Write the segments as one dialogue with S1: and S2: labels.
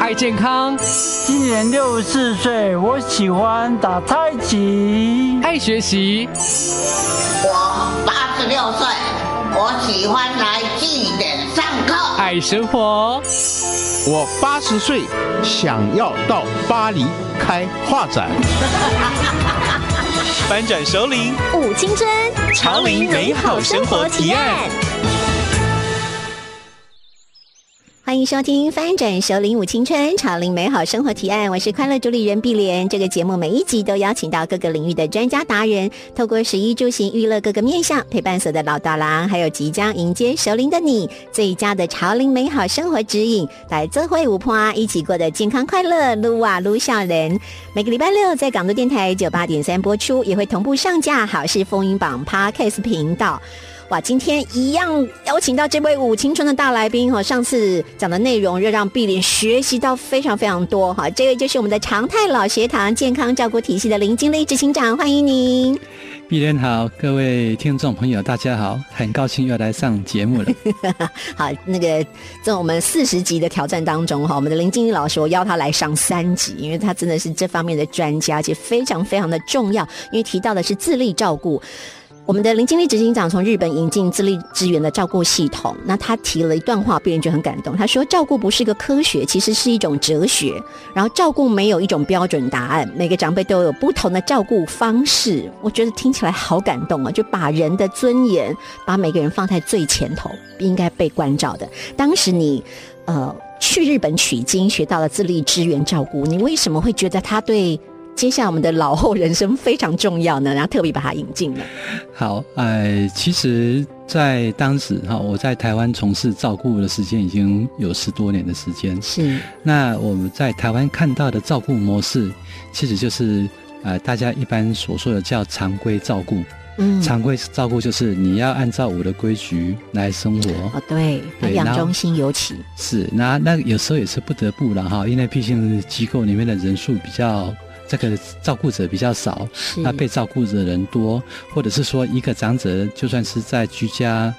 S1: 爱健康，
S2: 今年六十四岁，我喜欢打太极。
S1: 爱学习，
S3: 我八十六岁，我喜欢来祭典上课。
S1: 爱生活。
S4: 我八十岁，想要到巴黎开画展。
S5: 翻转首领，
S6: 舞青春，
S5: 长林美好生活提案。
S6: 欢迎收听《翻转首领舞青春，潮领美好生活提案》，我是快乐主理人碧莲。这个节目每一集都邀请到各个领域的专家达人，透过食衣住行娱乐各个面向，陪伴所有的老大郎，还有即将迎接首领的你，最佳的潮领美好生活指引，来这会舞坡一起过得健康快乐，撸啊撸笑人。每个礼拜六在港都电台九八点三播出，也会同步上架好事风云榜 Podcast 频道。哇，今天一样邀请到这位舞青春的大来宾哈，哦上次讲的内容又让碧莲学习到非常非常多哈。这位就是我们的常态老学堂健康照顾体系的林经理执行长，欢迎您。
S7: 碧莲好，各位听众朋友，大家好，很高兴又来上节目了。
S6: 好，那个在我们四十集的挑战当中哈，我们的林经理老师，我邀他来上三集，因为他真的是这方面的专家，而且非常非常的重要，因为提到的是自立照顾。我们的林经理执行长从日本引进自立支援的照顾系统，那他提了一段话，别人就很感动。他说：“照顾不是一个科学，其实是一种哲学。然后照顾没有一种标准答案，每个长辈都有不同的照顾方式。”我觉得听起来好感动啊！就把人的尊严，把每个人放在最前头，应该被关照的。当时你，呃，去日本取经，学到了自立支援照顾，你为什么会觉得他对？接下来我们的老后人生非常重要呢，然后特别把它引进了。
S7: 好，呃，其实，在当时哈，我在台湾从事照顾的时间已经有十多年的时间。
S6: 是，
S7: 那我们在台湾看到的照顾模式，其实就是呃，大家一般所说的叫常规照顾。
S6: 嗯，
S7: 常规照顾就是你要按照我的规矩来生活。
S6: 哦，对，
S7: 对
S6: 养
S7: 然后
S6: 中心尤其
S7: 是，那那有时候也是不得不了哈，因为毕竟机构里面的人数比较，这个照顾者比较少，
S6: 是
S7: 那被照顾的人多，或者是说一个长者就算是在居家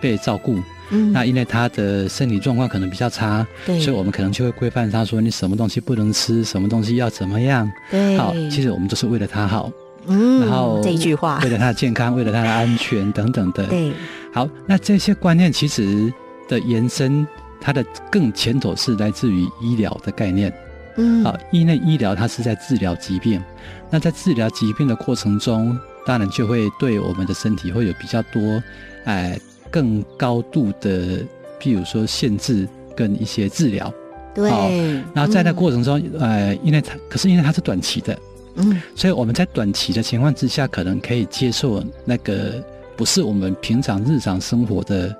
S7: 被照顾，
S6: 嗯
S7: 那因为他的身体状况可能比较差，
S6: 对
S7: 所以我们可能就会规范他说你什么东西不能吃，什么东西要怎么样。
S6: 对，
S7: 好，其实我们就是为了他好，
S6: 嗯，
S7: 然后
S6: 这一句话
S7: 为，了他的 健康，为了他的安全等等的。
S6: 对，
S7: 好，那这些观念其实的延伸，它的更前头是来自于医疗的概念。
S6: 嗯，
S7: 好，因为医疗它是在治疗疾病，那在治疗疾病的过程中，当然就会对我们的身体会有比较多，哎、更高度的，譬如说限制跟一些治疗。
S6: 对
S7: 好，然后在那
S6: 嗯
S7: 过程中，呃，因为它可是因为它是短期的，
S6: 嗯，
S7: 所以我们在短期的情况之下，可能可以接受那个不是我们平常日常生活的，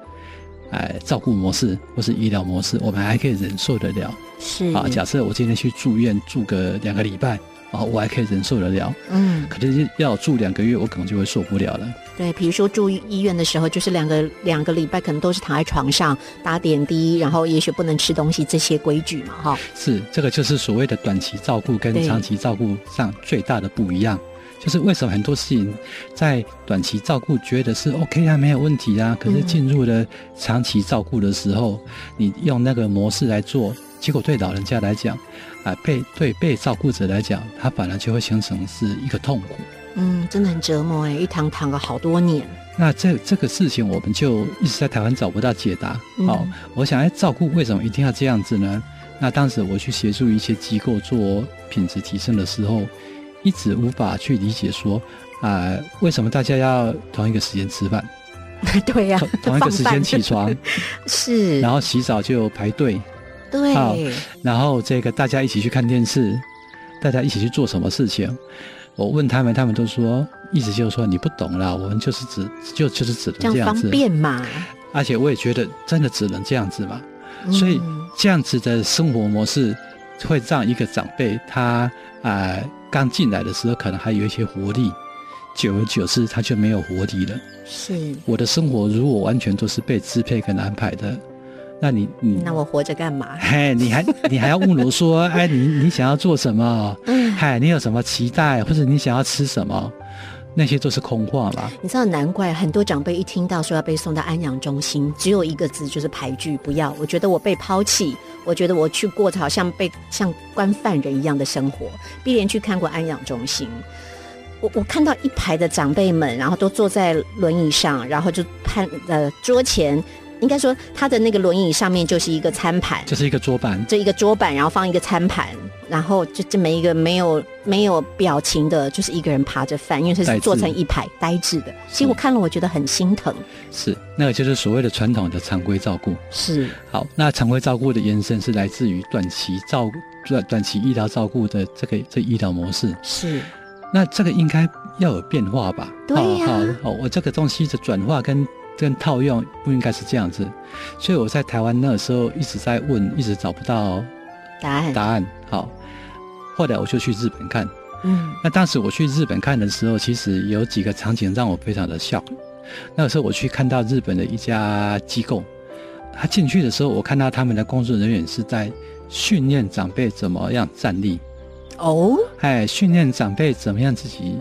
S7: 哎、照顾模式或是医疗模式，我们还可以忍受得了。
S6: 是
S7: 啊，假设我今天去住院住个两个礼拜，啊，我还可以忍受得了。
S6: 嗯，
S7: 可是要住两个月，我可能就会受不了了。
S6: 对，比如说住医院的时候，就是两个两个礼拜可能都是躺在床上打点滴，然后也许不能吃东西这些规矩嘛，哈，
S7: 是，这个就是所谓的短期照顾跟
S6: 对
S7: 长期照顾上最大的不一样，就是为什么很多事情在短期照顾觉得是 OK 啊，没有问题啊，可是
S6: 嗯
S7: 进入了长期照顾的时候，你用那个模式来做，结果对老人家来讲，啊，被对被照顾者来讲，他反而就会形成是一个痛苦。
S6: 嗯，真的很折磨哎，一躺躺了好多年，
S7: 那这这个事情，我们就一直在台湾找不到解答。
S6: 嗯
S7: 好、我想要照顾为什么一定要这样子呢？那当时我去协助一些机构做品质提升的时候，一直无法去理解说，啊、为什么大家要同一个时间吃 饭，
S6: 对呀
S7: 同，同一个时间起床，
S6: 是，
S7: 然后洗澡就排队，
S6: 对，
S7: 好然后这个大家一起去看电视，大家一起去做什么事情？我问他们，他们都说，意思就是说你不懂啦，我们就是只就就是只
S6: 这
S7: 能
S6: 样
S7: 这样
S6: 方
S7: 子。
S6: 便嘛，
S7: 而且我也觉得真的只能这样子嘛。所以
S6: 嗯
S7: 这样子的生活模式，会让一个长辈他啊刚进来的时候可能还有一些活力，久而久之他就没有活力了。
S6: 是，
S7: 我的生活如果完全都是被支配跟安排的，那你你
S6: 那我活着干嘛？
S7: 嘿，你还你还要问 我说，哎，你你想要做什么？
S6: 嗯
S7: 嗨，你有什么期待，或者你想要吃什么？那些都是空话嘛。
S6: 你知道，难怪很多长辈一听到说要被送到安养中心，只有一个字就是排拒，不要。我觉得我被抛弃，我觉得我去过着好像被像关犯人一样的生活。碧莲去看过安养中心，我我看到一排的长辈们，然后都坐在轮椅上，然后就攀呃桌前，应该说他的那个轮椅上面就是一个餐盘，
S7: 就是一个桌板，
S6: 这一个桌板，然后放一个餐盘，然后就这么一个没有没有表情的，就是一个人扒着饭，因为他
S7: 呆
S6: 是
S7: 滞
S6: 做成一排呆滞的。其实
S7: 是
S6: 我看了，我觉得很心疼。
S7: 是那个就是所谓的传统的常规照顾。
S6: 是，
S7: 好，那常规照顾的延伸是来自于短期照短短期医疗照顾的这个这医疗模式。
S6: 是，
S7: 那这个应该要有变化吧？
S6: 对呀
S7: 好好好，我这个东西的转化跟跟套用不应该是这样子，所以我在台湾那时候一直在问，一直找不到
S6: 答案。
S7: 答案。好，后来我就去日本看。
S6: 嗯，
S7: 那当时我去日本看的时候，其实有几个场景让我非常的 shock。那个时候我去看到日本的一家机构，他进去的时候，我看到他们的工作人员是在训练长辈怎么样站立。
S6: 哦，
S7: 哎，训练长辈怎么样自己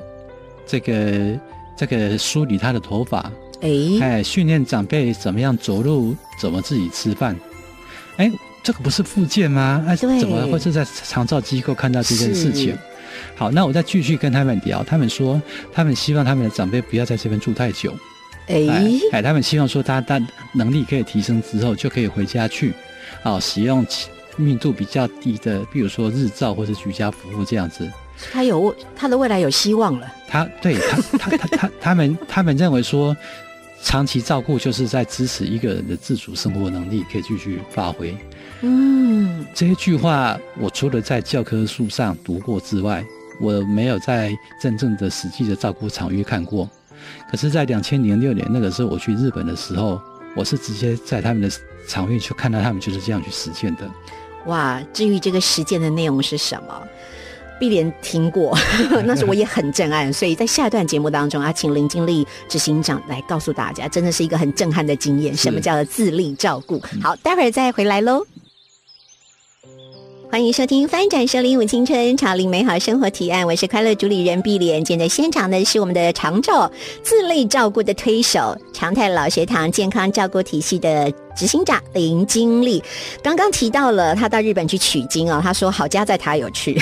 S7: 这个这个梳理他的头发，
S6: 哎，
S7: 哎，训练长辈怎么样着陆，怎么自己吃饭，哎，这个不是附件吗？哎，
S6: 对
S7: 怎么会是在长照机构看到这件事情
S6: 是？
S7: 好，那我再继续跟他们聊，他们说他们希望他们的长辈不要在这边住太久，哎
S6: 哎，
S7: 哎，他们希望说他他能力可以提升之后，就可以回家去，啊、使用其密度比较低的，比如说日照或者居家服务这样子。
S6: 他有他的未来有希望了。
S7: 他对他他他他他们他们认为说，长期照顾就是在支持一个人的自主生活能力可以继续发挥。
S6: 嗯，
S7: 这一句话，我除了在教科书上读过之外，我没有在真正的实际的照顾场域看过。可是，在两千零六年那个时候，我去日本的时候，我是直接在他们的场域去看到他们就是这样去实践的。
S6: 哇，至于这个实践的内容是什么？碧莲听过， 那时我也很震撼，所以在下一段节目当中啊，请林经理执行长来告诉大家，真的是一个很震撼的经验，什么叫做自立照顾？好，待会儿再回来喽。欢迎收听《翻转收领舞青春，潮领美好生活提案》，我是快乐主理人碧莲。现在现场的是我们的长照自类照顾的推手，常泰老学堂健康照顾体系的执行长林经理。刚刚提到了他到日本去取经哦，他说好家在他有去，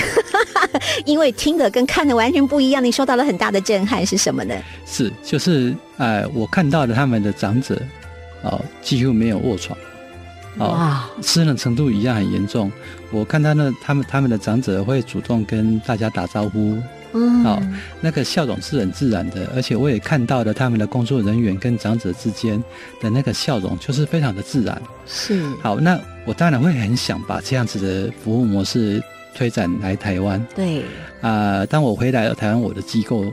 S6: 因为听的跟看的完全不一样，你受到了很大的震撼是什么呢？
S7: 是，就是呃，我看到了他们的长者，哦，几乎没有卧床，哦，
S6: 哇，
S7: 失能程度一样很严重。我看他那他们他们的长者会主动跟大家打招呼，
S6: 嗯，
S7: 好、那个笑容是很自然的，而且我也看到了他们的工作人员跟长者之间的那个笑容，就是非常的自然。
S6: 是
S7: 好，那我当然会很想把这样子的服务模式推展来台湾
S6: 对，
S7: 啊、当我回来台湾，我的机构。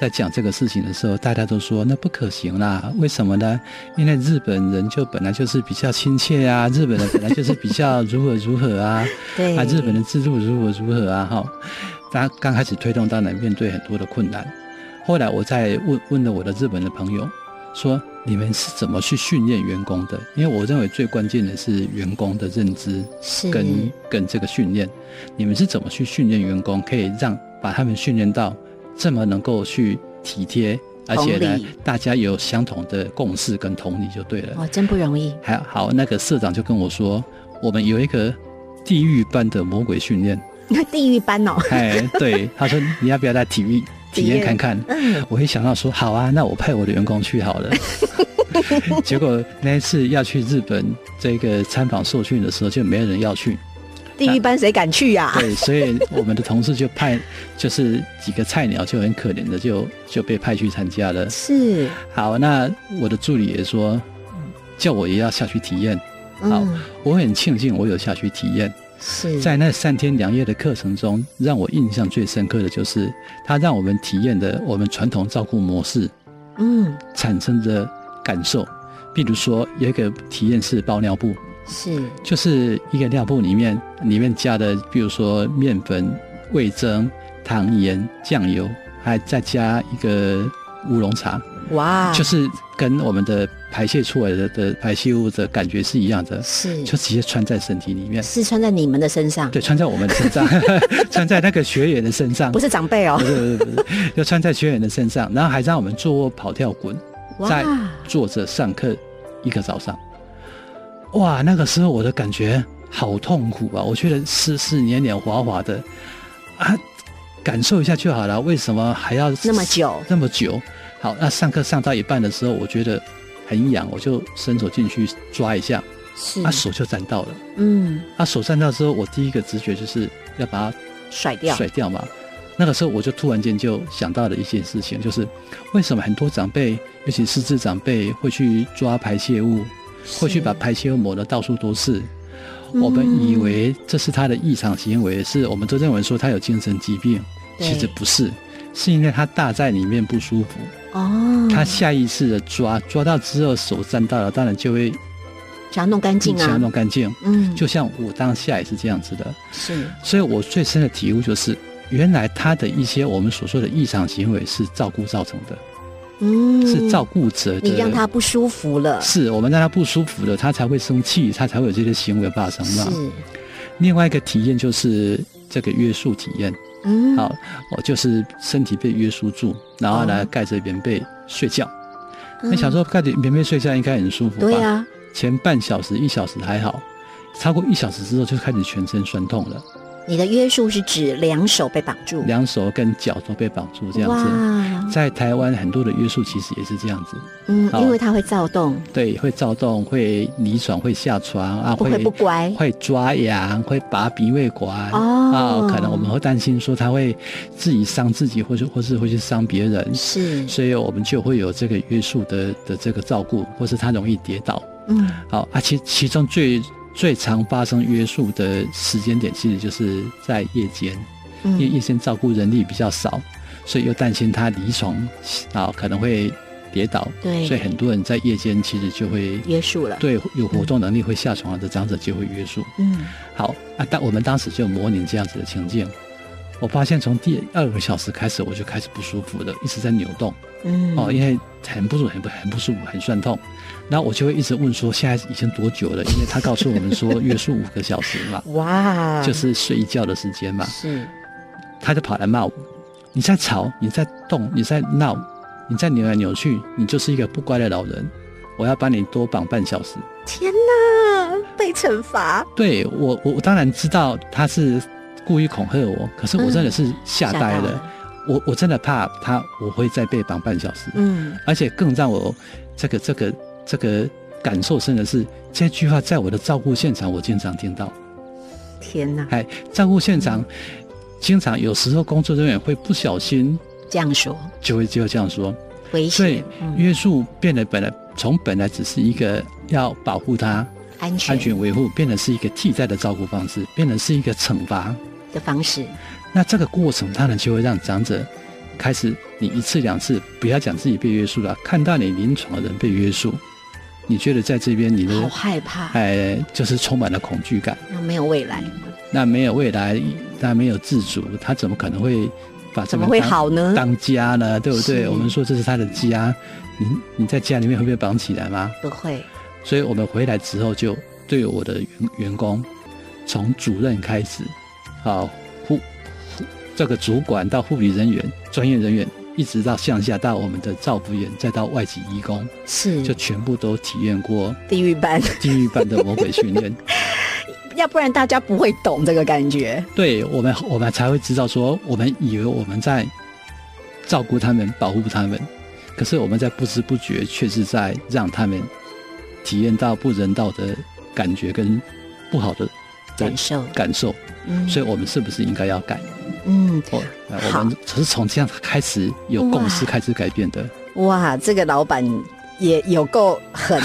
S7: 在讲这个事情的时候，大家都说那不可行啦，为什么呢？因为日本人就本来就是比较亲切啊，日本人本来就是比较如何如何啊，
S6: 对
S7: 啊，日本的制度如何如何啊，哈，他刚开始推动，当然面对很多的困难。后来我在问问了我的日本的朋友，说你们是怎么去训练员工的？因为我认为最关键的是员工的认知
S6: 是
S7: 跟跟这个训练，你们是怎么去训练员工，可以让把他们训练到这么能够去体贴，而且呢
S6: 同理，
S7: 大家有相同的共识跟同理就对了。
S6: 哦，真不容易，
S7: 还好，那个社长就跟我说，我们有一个地狱般的魔鬼训练。
S6: 那 地狱般哦，
S7: 哎，对，他说你要不要来体育体验看看？
S6: 嗯，
S7: 我一想到说好啊，那我派我的员工去好 了。结果那一次要去日本这个参访受训的时候，就没有人要去。
S6: 地狱般谁敢去啊呀、
S7: 对，所以我们的同事就派， 就是几个菜鸟就很可怜的就就被派去参加了。
S6: 是，
S7: 好，那我的助理也说，叫我也要下去体验。好
S6: 嗯，
S7: 我很庆幸我有下去体验。
S6: 是，
S7: 在那三天两夜的课程中，让我印象最深刻的就是他让我们体验的我们传统照顾模式
S6: 嗯，
S7: 产生的感受。比如说，有一个体验是包尿布，
S6: 是，
S7: 就是一个尿布里面里面加的，比如说面粉、味增、糖盐、酱油，还再加一个乌龙茶，
S6: 哇，
S7: 就是跟我们的排泄出来的的排泄物的感觉是一样的，
S6: 是
S7: 就直接穿在身体里面，
S6: 是穿在你们的身上，
S7: 对，穿在我们的身上， 穿在那个学员的身上，
S6: 不是长辈哦
S7: 不。是不是不是，要穿在学员的身上，然后还让我们做卧跑跳滚，
S6: 哇
S7: 在坐着上课一个早上。哇，那个时候我的感觉好痛苦啊！我觉得湿湿黏黏滑滑的啊，感受一下就好了，为什么还要
S6: 那么久
S7: 那么久？好，那上课上到一半的时候，我觉得很痒，我就伸手进去抓一下，
S6: 是
S7: 啊，手就沾到了。
S6: 嗯，
S7: 啊，手沾到之后，我第一个直觉就是要把它
S6: 甩掉
S7: 甩掉嘛。那个时候我就突然间就想到了一件事情，就是为什么很多长辈，尤其是智长辈，会去抓排泄物，会去把排泄物抹得到处都是。
S6: 嗯
S7: 我们以为这是他的异常行为，是我们都认为说他有精神疾病，
S6: 对
S7: 其实不是，是因为他大在里面不舒服，
S6: 哦，
S7: 他下意识的抓，抓到之后手沾到了，当然就会
S6: 想要弄干净
S7: 想要
S6: 啊，
S7: 弄干净。
S6: 嗯，
S7: 就像我当下也是这样子的，
S6: 是
S7: 所以我最深的体悟就是，原来他的一些我们所说的异常行为是照顾造成的，
S6: 嗯，
S7: 是照顾者的。
S6: 你让他不舒服了，
S7: 是我们让他不舒服了，他才会生气，他才会有这些行为发生嘛。
S6: 是，
S7: 另外一个体验就是这个约束体验，
S6: 嗯，
S7: 好，我就是身体被约束住，然后呢盖着棉被睡觉。
S6: 嗯，
S7: 那小时候盖着棉被睡觉应该很舒服吧？
S6: 对啊，
S7: 前半小时一小时还好，超过一小时之后就开始全身酸痛了，
S6: 你的约束是指两手被绑住，
S7: 两手跟脚都被绑住这样子。
S6: 哇，
S7: 在台湾很多的约束其实也是这样子，
S6: 嗯，
S7: 好
S6: 因为它会躁动，
S7: 对，会躁动，会离床，会下床啊，
S6: 会不乖
S7: 会抓痒，会拔鼻胃管
S6: 哦
S7: 啊，可能我们会担心说他会自己伤自己，或是或是会去伤别人，
S6: 是，
S7: 所以我们就会有这个约束的的这个照顾，或是他容易跌倒。
S6: 嗯，
S7: 好啊，其其中最最常发生约束的时间点，其实就是在夜间，
S6: 嗯
S7: 因为夜间照顾人力比较少，所以又担心他离床啊可能会跌倒，
S6: 对
S7: 所以很多人在夜间其实就会
S6: 约束了，
S7: 对有活动能力会下床的长者就会约束。
S6: 嗯，
S7: 好啊，当我们当时就模拟这样子的情境，我发现从第二个小时开始我就开始不舒服了，一直在扭动。
S6: 嗯，
S7: 哦，因为很不舒服，很不很不舒服，很酸痛。然后我就会一直问说，现在已经多久了？因为他告诉我 们说约束五个小时嘛，
S6: 哇，
S7: 就是睡一觉的时间嘛。
S6: 嗯是，
S7: 他就跑来骂我：“你在吵，你在动，你在闹，你在扭来扭去，你就是一个不乖的老人。我要把你多绑半小时。
S6: 天哪，被惩罚，
S7: 对”我，我我当然知道他是故意恐吓我，可是我真的是吓
S6: 嗯吓
S7: 呆
S6: 到
S7: 了。
S6: 了
S7: 我我真的怕他，我会再被绑半小时。
S6: 嗯，
S7: 而且更让我这个这个这个感受深的是，这句话在我的照顾现场我经常听到。
S6: 天哪，
S7: 哎，照顾现场经常有时候工作人员会不小心
S6: 这样说
S7: 就会就会这样说，
S6: 危
S7: 所以
S6: 险，嗯，
S7: 约束变得本来从本来只是一个要保护他。
S6: 安全
S7: 安全维护变得是一个替代的照顾方式，变得是一个惩罚。
S6: 的方式，
S7: 那这个过程当然就会让长者开始，你一次两次不要讲自己被约束了，看到你临床的人被约束，你觉得在这边你的
S6: 好害怕，
S7: 哎，就是充满了恐惧感。
S6: 那没有未来，
S7: 那没有未来，那没有自主，他怎么可能会把
S6: 怎么会好呢？
S7: 当家呢？对不对？
S6: 是
S7: 我们说这是他的家，你你在家里面会被绑起来吗？
S6: 不会，
S7: 所以我们回来之后就对我的员员工，从主任开始，啊护护这个主管到护理人员、专业人员，一直到向下到我们的照顾员，再到外籍义工，
S6: 是
S7: 就全部都体验过
S6: 地狱般，
S7: 地狱般的魔鬼训练。
S6: 要不然大家不会懂这个感觉，
S7: 对我们，我们才会知道说，我们以为我们在照顾他们、保护他们，可是我们在不知不觉却是在让他们体验到不人道的感觉跟不好的的
S6: 感受
S7: 感受。
S6: 嗯
S7: 所以，我们是不是应该要改？
S6: 嗯。
S7: 我呃
S6: 好
S7: 我们只是从这样开始有共识，
S6: 哇
S7: 开始改变的。
S6: 哇，这个老板也有够狠。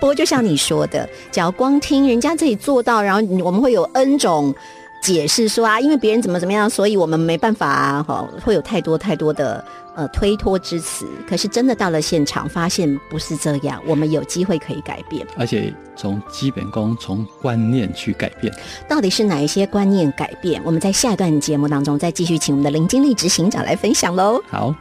S6: 不过就像你说的，只要光听人家自己做到，然后你我们会有 N 种。解释说啊，因为别人怎么怎么样，所以我们没办法啊，哈、会有太多太多的呃推脱之词。可是真的到了现场，发现不是这样，我们有机会可以改变。
S7: 而且从基本功、从观念去改变。
S6: 到底是哪一些观念改变？我们在下一段节目当中再继续请我们的林经理执行长来分享喽。
S7: 好，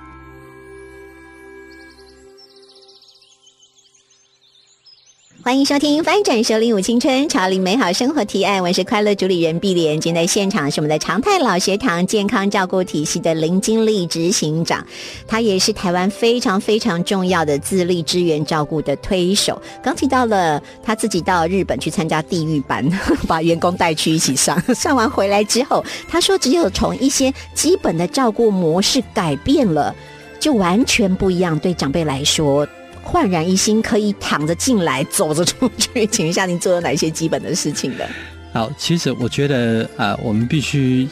S6: 欢迎收听《翻转首领舞青春》，潮领美好生活提案。我是快乐主理人碧莲。今天在现场是我们的常态老学堂健康照顾体系的林经理执行长，他也是台湾非常非常重要的自立支援照顾的推手。刚提到了他自己到日本去参加地狱班， 把员工带去一起上，上完回来之后，他说只有从一些基本的照顾模式改变了。就完全不一样，对长辈来说焕然一新，可以躺着进来，走着出去。请问一下，您做了哪些基本的事情呢？
S7: 好，其实我觉得啊、我们必须，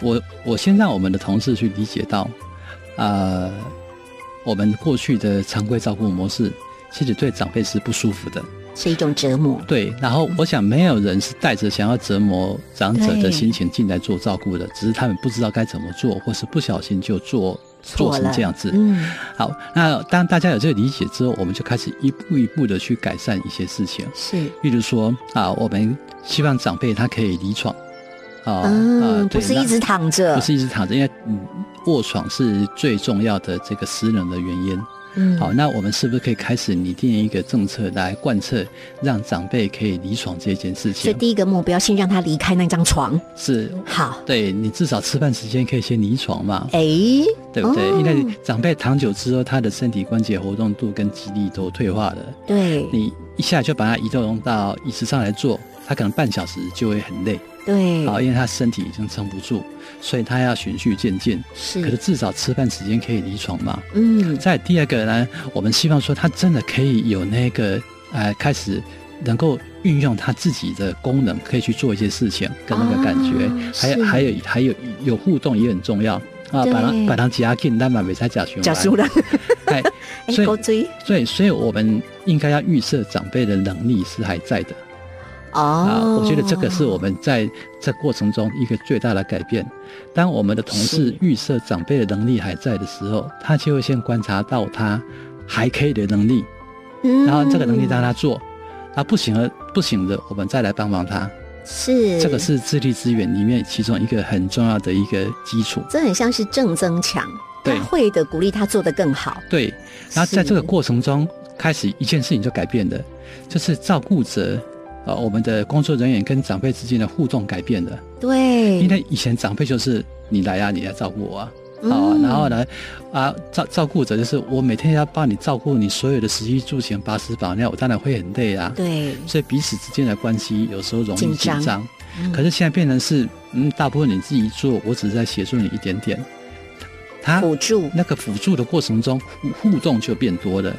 S7: 我我先让我们的同事去理解到，呃，我们过去的常规照顾模式，其实对长辈是不舒服的。
S6: 是一种折磨，
S7: 对，然后我想没有人是带着想要折磨长者
S6: 对
S7: 的心情进来做照顾
S6: 嗯
S7: 的，只是他们不知道该怎么做，或是不小心就做做
S6: 错
S7: 成
S6: 了
S7: 这样子。
S6: 嗯，
S7: 好，那当大家有这个理解之后，我们就开始一步一步的去改善一些事情。
S6: 是
S7: 例如说啊，我们希望长辈他可以离床啊啊
S6: 嗯，
S7: 对
S6: 不是
S7: 那
S6: 一直躺着，
S7: 不是一直躺着，因为嗯卧床是最重要的这个失能的原因。
S6: 嗯，
S7: 好，那我们是不是可以开始拟定一个政策来贯彻，让长辈可以离床这件事
S6: 所以
S7: 情？
S6: 第一个目标先让他离开那张床，
S7: 是，
S6: 好，
S7: 对你至少吃饭时间可以先离床嘛，
S6: 哎，
S7: 对不对？
S6: 哦
S7: 因为长辈躺久之后，他的身体关节活动度跟肌力都退化了，
S6: 对
S7: 你一下就把他移动到椅子上来坐，他可能半小时就会很累。
S6: 对，
S7: 好，啊因为他身体已经撑不住，所以他要循序渐进。可是
S6: 是，
S7: 至少吃饭时间可以离床嘛。
S6: 嗯，
S7: 再第二个呢，我们希望说他真的可以有那个呃，开始能够运用他自己的功能，可以去做一些事情，跟那个感觉，
S6: 哦
S7: 还
S6: 是
S7: 有还有还有有互动也很重要啊。
S6: 对
S7: 把它把它加进，但把没在假循环。
S6: 假输了，
S7: 哎，
S6: 哎，
S7: 所
S6: 狗
S7: 以
S6: 追，
S7: 所以所以我们应该要预设长辈的能力是还在的。啊，
S6: 哦，
S7: 我觉得这个是我们在这过程中一个最大的改变。当我们的同事
S6: 是
S7: 预设长辈的能力还在的时候，他就会先观察到他还可以的能力，
S6: 嗯，
S7: 然后这个能力让他做，啊不行了不行的，我们再来帮帮他。
S6: 是
S7: 这个是智力资源里面其中一个很重要的一个基础。
S6: 这很像是正增强，
S7: 对
S6: 他会的鼓励他做得更好，
S7: 对，然后在这
S6: 是
S7: 个过程中，开始一件事情就改变了，就是照顾者。呃，我们的工作人员跟长辈之间的互动改变了，
S6: 对，
S7: 因为以前长辈就是你来呀、你来照顾我啊，
S6: 嗯
S7: 啊，然后呢，啊，照照顾者就是我每天要帮你照顾你所有的食衣住行、把屎把尿，我当然会很累啊。，
S6: 对
S7: 所以彼此之间的关系有时候容易
S6: 紧
S7: 紧
S6: 张
S7: 张，可是现在变成是，嗯，大部分你自己做，我只是在协助你一点点。他
S6: 辅助
S7: 那个辅助的过程中，互互动就变 多了，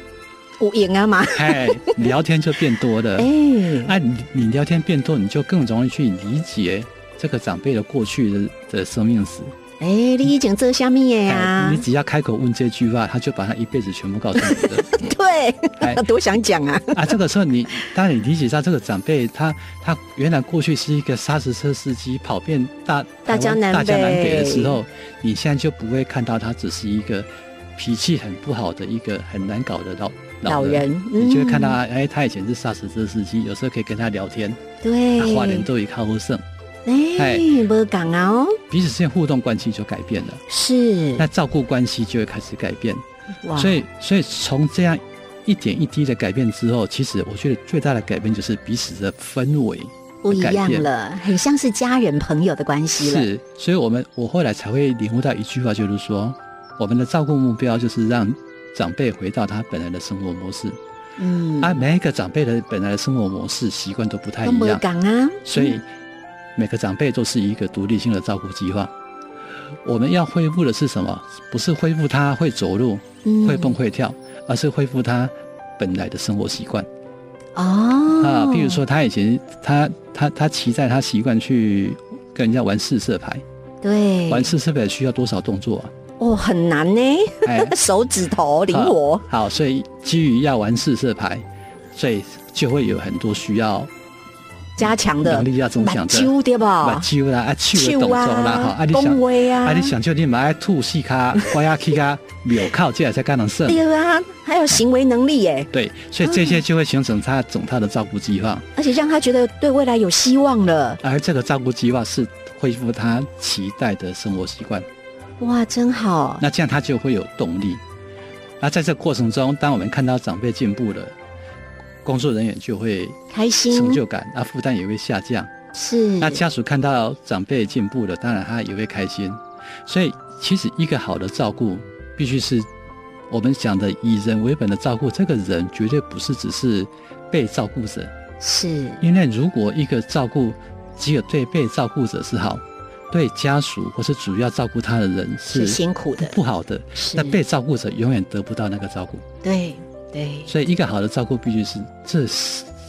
S6: 五赢啊嘛，
S7: 哎，聊天就变多了，
S6: 哎，
S7: 那你你聊天变多，你就更容易去理解这个长辈的过去的的生命史。
S6: 哎，你已经做虾米的呀
S7: 哎你？只要开口问这句话，他就把他一辈子全部告诉你了。
S6: 对，
S7: 哎
S6: 多想讲啊，
S7: 啊，这个时候你当你理解到这个长辈，他他原来过去是一个砂石车司机，跑遍大
S6: 大江南北
S7: 大江南北的时候，你现在就不会看到他只是一个脾气很不好的一个很难搞的老
S6: 老人
S7: 你就会看到
S6: 嗯
S7: 他，哎，他以前是砂石车司机，有时候可以跟他聊天，
S6: 对
S7: 啊，花莲都一靠后胜。
S6: 哎
S7: 哎，
S6: 不讲啊哦，
S7: 彼此之间互动关系就改变了，
S6: 是
S7: 那照顾关系就会开始改变。
S6: 哇
S7: 所以，所以从这样一点一滴的改变之后，其实我觉得最大的改变就是彼此的氛围
S6: 不一
S7: 的改
S6: 样
S7: 变。
S6: 了，很像是家人朋友的关系了，
S7: 是，所以我们我后来才会领悟到一句话，就是说，我们的照顾目标就是让长辈回到他本来的生活模式。
S6: 嗯，
S7: 啊，每一个长辈的本来的生活模式习惯都不太
S6: 都
S7: 一
S6: 不
S7: 样，
S6: 讲啊，
S7: 所以每个长辈都是一个独立性的照顾计划。我们要恢复的是什么？不是恢复他会走路、
S6: 嗯
S7: 会蹦会跳，而是恢复他本来的生活习惯
S6: 哦
S7: 啊。譬如说，他以前他他他骑在他习惯去跟人家玩四色牌，
S6: 对，
S7: 玩四色牌需要多少动 作啊？
S6: 哦很难呢，
S7: 哎
S6: 手指头灵活。
S7: 啊好，所以基于要玩四色牌，所以就会有很多需
S6: 哦
S7: 要
S6: 加强的
S7: 能力要增强的
S6: 目睭对
S7: 把
S6: 吧？
S7: 揪啦、啊手的动作啦，哈，啊你想
S6: 恭。维啊，
S7: 啊！你想就你买吐细卡、歪牙气卡、秒靠，这样才干能胜。
S6: 对啊，还有行为能力耶，
S7: 对，所以这些就会形成他整套的照顾计划，
S6: 而且让他觉得对未来有希望了。
S7: 而这个照顾计划是恢复他期待的生活习惯，
S6: 哇，真好！
S7: 那这样他就会有动力。那在这过程中，当我们看到长辈进步了，工作人员就会
S6: 开心
S7: 成就感，那负担也会下降。
S6: 是
S7: 那家属看到长辈进步了，当然他也会开心。所以，其实一个好的照顾，必须是我们讲的以人为本的照顾。这个人绝对不是只是被照顾者，
S6: 是
S7: 因为如果一个照顾只有对被照顾者是好，对家属或是主要照顾他的人
S6: 是
S7: 是
S6: 辛苦的，
S7: 不好的，
S6: 是
S7: 那被照顾者永远得不到那个照顾。
S6: 对对，
S7: 所以，一个好的照顾必须是这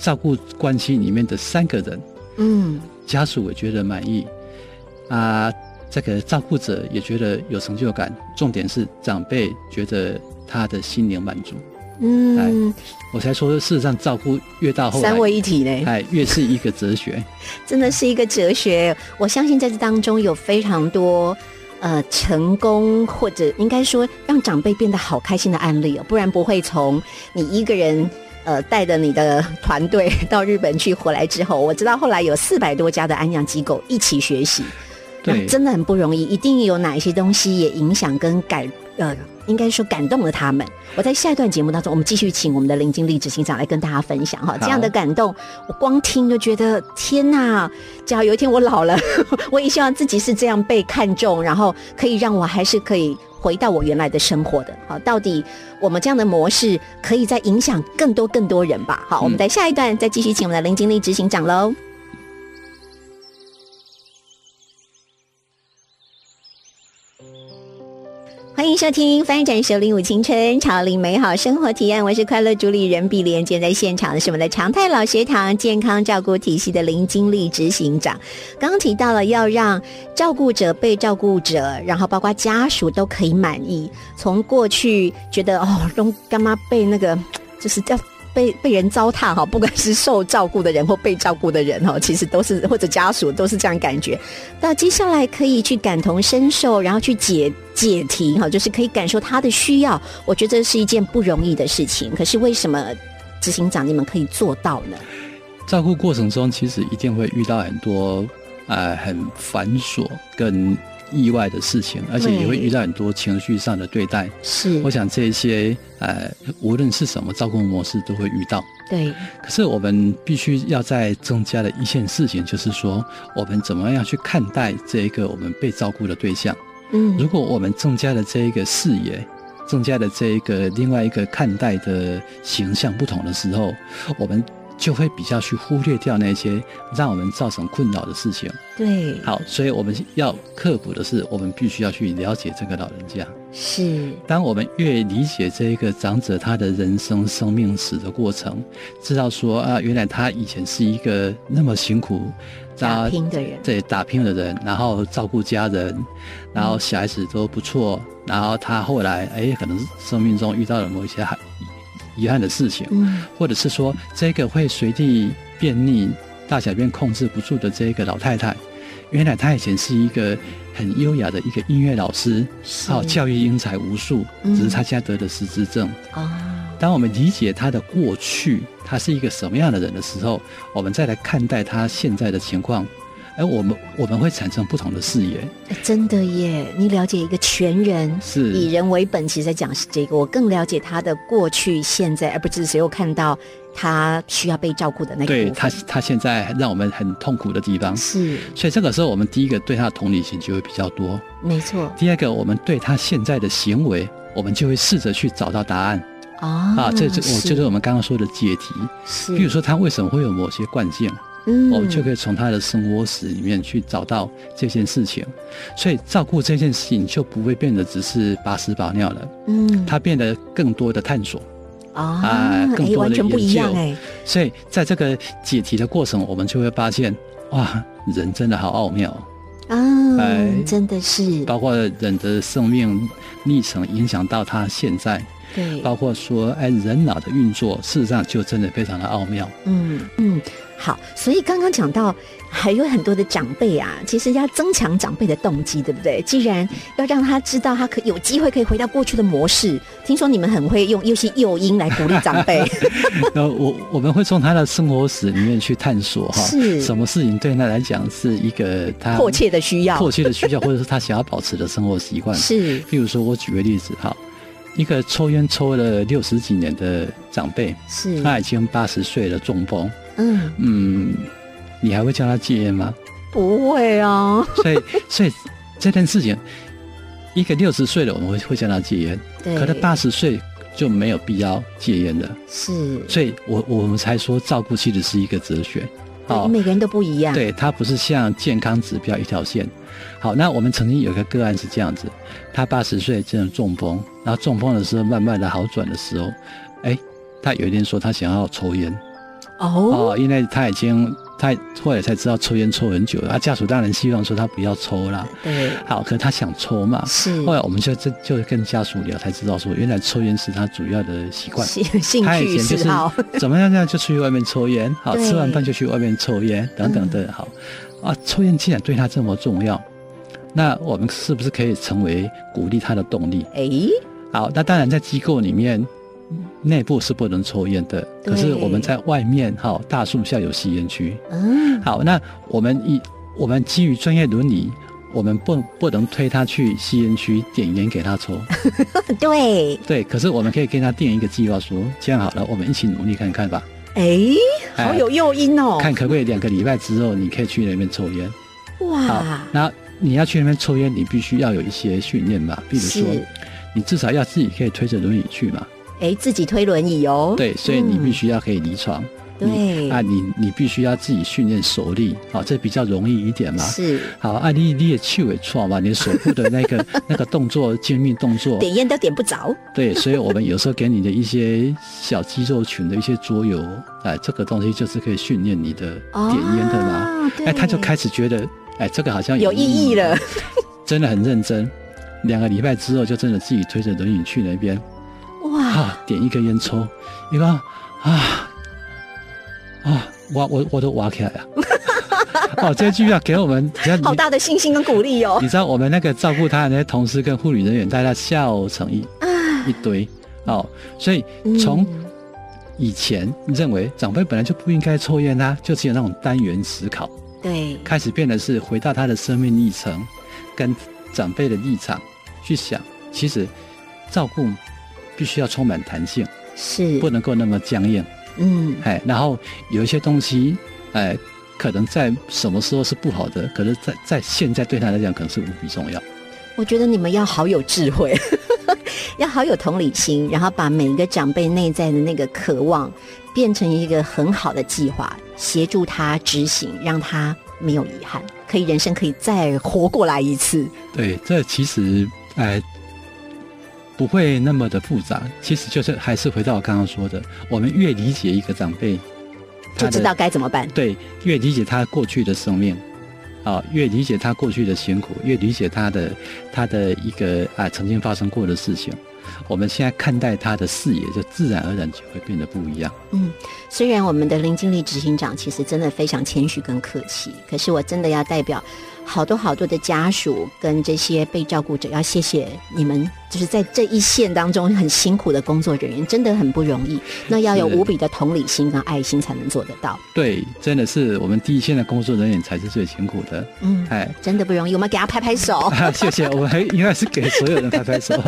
S7: 照顾关系里面的三个人。
S6: 嗯，
S7: 家属也觉得满意，啊，这个照顾者也觉得有成就感。重点是长辈觉得他的心灵满足。
S6: 嗯，
S7: 我才说，事实上照顾越到后来
S6: 三，位一啊体嘞，
S7: 哎，越是一个哲学。
S6: 真的是一个哲学。我相信在这当中有非常多。呃，成功或者应该说让长辈变得好开心的案例哦，不然不会从你一个人呃带着你的团队 到日本去回来之后，我知道后来有四百多家的安养机构一起学习，
S7: 对，
S6: 真的很不容易，一定有哪一些东西也影响跟感呃，应该说感动了他们。我在下一段节目当中，我们继续请我们的林经理执行长来跟大家分享哈，这样的感动，我光听就觉得天哪！ 只要有一天我老了，我也希望自己是这样被看重，然后可以让我还是可以。回到我原来的生活的，好，到底我们这样的模式可以再影响更多更多人吧？好，我们在下一段再继续请我们的林经理执行长喽。欢迎收听《翻转首领舞青春，潮领美好生活提案》，我是快乐主理人碧莲。今天在现场的是我们的常泰老学堂健康照顾体系的林经理执行长。刚刚提到了要让照顾者、被照顾者，然后包括家属都可以满意。从过去觉得哦，弄干妈被那个就是要。被被人糟蹋哈，不管是受照顾的人或被照顾的人哈，其实都是或者家属都是这样感觉。那接下来可以去感同身受，然后去解解题哈，就是可以感受他的需要。我觉得这是一件不容易的事情。可是为什么执行长你们可以做到呢？
S7: 照顾过程中，其实一定会遇到很多呃很繁琐跟意外的事情，而且也会遇到很多情绪上的对待。
S6: 是
S7: 我想这一些呃，无论是什么照顾模式，都会遇到。
S6: 对，
S7: 可是我们必须要再增加的一件事情，就是说我们怎么样去看待这一个我们被照顾的对象。
S6: 嗯
S7: 如果我们增加了这一个视野，增加了这一个另外一个看待的形象不同的时候，我们就会比较去忽略掉那些让我们造成困扰的事情。
S6: 对，
S7: 好，所以我们要克服的是，我们必须要去了解这个老人家。
S6: 是
S7: 当我们越理解这一个长者他的人生生命史的过程，知道说啊，原来他以前是一个那么辛苦
S6: 打拼的人
S7: 对打拼的人，然后照顾家人，然后小孩子都不错，然后他后来哎，可能生命中遇到了某一些憾遗憾的事情，
S6: 嗯
S7: 或者是说这个会随地便秘、大小便控制不住的这一个老太太，原来她以前是一个很优雅的一个音乐老师，好教育英才无数，
S6: 嗯
S7: 只是她现在得了失智症。
S6: 啊，
S7: 当我们理解她的过去，她是一个什么样的人的时候，我们再来看待她现在的情况，哎，我们我们会产生不同的视野。
S6: 哎真的耶！你了解一个全人，
S7: 是
S6: 以人为本，其实在讲是这个。我更了解他的过去、现在，而不只是又看到他需要被照顾的那个
S7: 对
S6: 部
S7: 她
S6: 分。，
S7: 她现在让我们很痛苦的地方，
S6: 是
S7: 所以这个时候我们第一个对她的同理心就会比较多。
S6: 没错
S7: 第二个，我们对他现在的行为，我们就会试着去找到答案
S6: 啊
S7: 啊。这这，我就是我们刚刚说的解题。
S6: 是，
S7: 比如说，他为什么会有某些惯性，
S6: 嗯
S7: 我们就可以从他的生活史里面去找到这件事情。所以，照顾这件事情就不会变得只是把屎把尿了，
S6: 嗯
S7: 它变得更多的探索。
S6: 啊
S7: 啊，更
S6: 哎，
S7: 多
S6: 完
S7: 的
S6: 全不
S7: 研
S6: 一样
S7: 究
S6: 哎，
S7: 所以，在这个解题的过程，我们就会发现，哇，人真的好奥妙哦。
S6: 啊
S7: 哎，
S6: 真的是
S7: 包括人的生命历程影响到他现在，
S6: 对，
S7: 包括说，哎，人脑的运作，事实上就真的非常的奥 妙。
S6: 嗯嗯，好，所以刚刚讲到还有很多的长辈啊，其实要增强长辈的动机，对不对？既然要让他知道他可有机会可以回到过去的模式，听说你们很会用用一些诱因来鼓励长 辈，
S7: 然后我我们会从他的生活史里面去探索哈，
S6: 是
S7: 什么事情对他来讲是一个他
S6: 迫切的需要
S7: 迫切的需要，或者是他想要保持的生活习惯。
S6: 是
S7: 譬如说，我举个例子哈，一个抽烟抽了六十几年的长辈，
S6: 是，
S7: 他已经八十岁了，中风，
S6: 嗯，
S7: 嗯，你还会叫他戒烟吗？
S6: 不会啊，
S7: 所以，所以这件事情，一个六十岁的我们会会叫他戒烟，
S6: 对，
S7: 可能八十岁就没有必要戒烟了。
S6: 是，
S7: 所以我我们才说照顾其实是一个哲学。
S6: 对每个人都不一样，，
S7: 哦对，它不是像健康指标一条线。好，那我们曾经有一个个案是这样子，他八十岁真的中风，然后中风的时候慢慢的好转的时候，哎，他有一天说他想要抽烟
S6: 哦，
S7: 哦，因为他已经他后来才知道抽烟抽很久了，他啊家属当然希望说他不要抽啦。
S6: 对，
S7: 好，可是他想抽嘛，
S6: 是
S7: 后来我们就就就跟家属聊才知道说，原来抽烟是他主要的习惯。
S6: 兴兴
S7: 他
S6: 趣
S7: 以前就
S6: 嗜好，
S7: 是怎么样这样就出去外面抽烟，好
S6: 对嗯
S7: 吃完饭就去外面抽烟等等的，好啊，抽烟既然对他这么重要，那我们是不是可以成为鼓励他的动力？
S6: 哎，
S7: 好，那当然在机构里面内部是不能抽烟的，
S6: 对
S7: 可是我们在外面哈大树下有吸烟区，
S6: 嗯，
S7: 好，那我们以我们基于专业伦理。我们不不能推他去吸烟区点烟给 他抽，
S6: 对，
S7: 对。可是我们可以跟他定一个计划书，这样好了，我们一起努力看看吧。
S6: 哎，
S7: 哎
S6: 好有诱因哦，
S7: 看可不可以两个礼拜之后你可以去那边抽烟。好
S6: 哇，，
S7: 那你要去那边抽烟，你必须要有一些训练嘛，比如说
S6: 是
S7: 你至少要自己可以推着轮椅去嘛。
S6: 哎，自己推轮椅哦，
S7: 对，所以你
S6: 嗯
S7: 必须要可以离床。
S6: 对
S7: 你啊，你你必须要自己训练手力，好，这比较容易一点嘛。
S6: 是
S7: 好，啊，你你也去尾错嘛，你手部的那 个那个动作精密动作，
S6: 点烟都点不着，
S7: 对，所以我们有时候给你的一些小肌肉群的一些桌游，哎，这个东西就是可以训练你的点烟的嘛。
S6: 哦
S7: 哎，他就
S6: 对
S7: 开始觉得，哎，这个好像
S6: 有意义了，
S7: 真的很认真。两个礼拜之后，就真的自己推着轮椅去那边，
S6: 哇，
S7: 啊，点一根烟抽，你看，啊啊，挖我我都挖起来 了。哦，这句要给我们，你知道你
S6: 好大的信心跟鼓励哦，
S7: 你知道我们那个照顾他的那些同事跟护理人员，大家笑成一
S6: 啊
S7: 一堆哦，所以从
S6: 嗯
S7: 以前认为长辈本来就不应该抽烟啊，就只有那种单元思考，
S6: 对，
S7: 开始变得是回到他的生命历程，跟长辈的立场去想，其实照顾必须要充满弹性，
S6: 是，
S7: 不能够那么僵硬，
S6: 嗯，
S7: 哎，然后有一些东西，哎。可能在什么时候是不好的，可是在，在现在对他来讲，可能是无比重要。
S6: 我觉得你们要好有智慧， 要好有同理心，然后把每一个长辈内在的那个渴望变成一个很好的计划，协助他执行，让他没有遗憾，可以人生可以再活过来一次。
S7: 对，这其实哎不会那么的复杂，其实就是还是回到我刚刚说的，我们越理解一个长辈，
S6: 就
S7: 他
S6: 知
S7: 的
S6: 道该怎么办。
S7: 对，越理解他过去的生命。啊、越理解他过去的辛苦，越理解他的他的一个啊曾经发生过的事情，我们现在看待他的视野就自然而然就会变得不一样。
S6: 虽然我们的林经理执行长其实真的非常谦虚跟客气，可是我真的要代表好多好多的家属跟这些被照顾者，要谢谢你们，就是在这一线当中很辛苦的工作人员，真的很不容易。那要有
S7: 是
S6: 无比的同理心跟爱心才能做得到。
S7: 对，真的是我们第一线的工作人员才是最辛苦的。
S6: 嗯，
S7: 哎，
S6: 真的不容易，我们给他拍拍手。
S7: 啊、谢谢，我们还应该是给所有人拍拍手。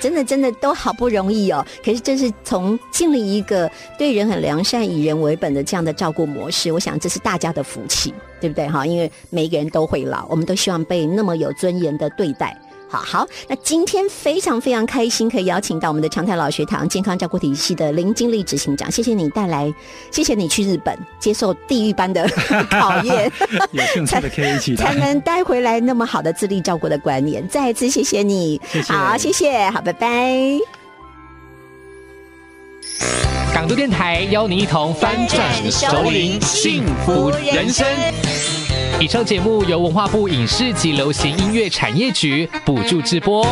S6: 真的真的都好不容易哦。可是这是从建立一个对人很良善、以人为本的这样的照顾模式，我想这是大家的福气，对不对哈？因为每一个人都会老，我们都希望被那么有尊严的对待。好好，那今天非常非常开心，可以邀请到我们的常态老学堂健康照顾体系的林经理执行长，谢谢你带来，谢谢你去日本接受地狱般的考 验，
S7: 有兴趣的可以一起
S6: 才
S7: 来。
S6: 能带回来那么好的自立照顾的观念。再一次谢谢你，
S7: 谢谢
S6: 好，谢谢，好，拜拜。
S1: 港都电台邀您一同翻转熟龄哎幸福人生。以上节目由文化部影视及流行音乐产业局补助直播。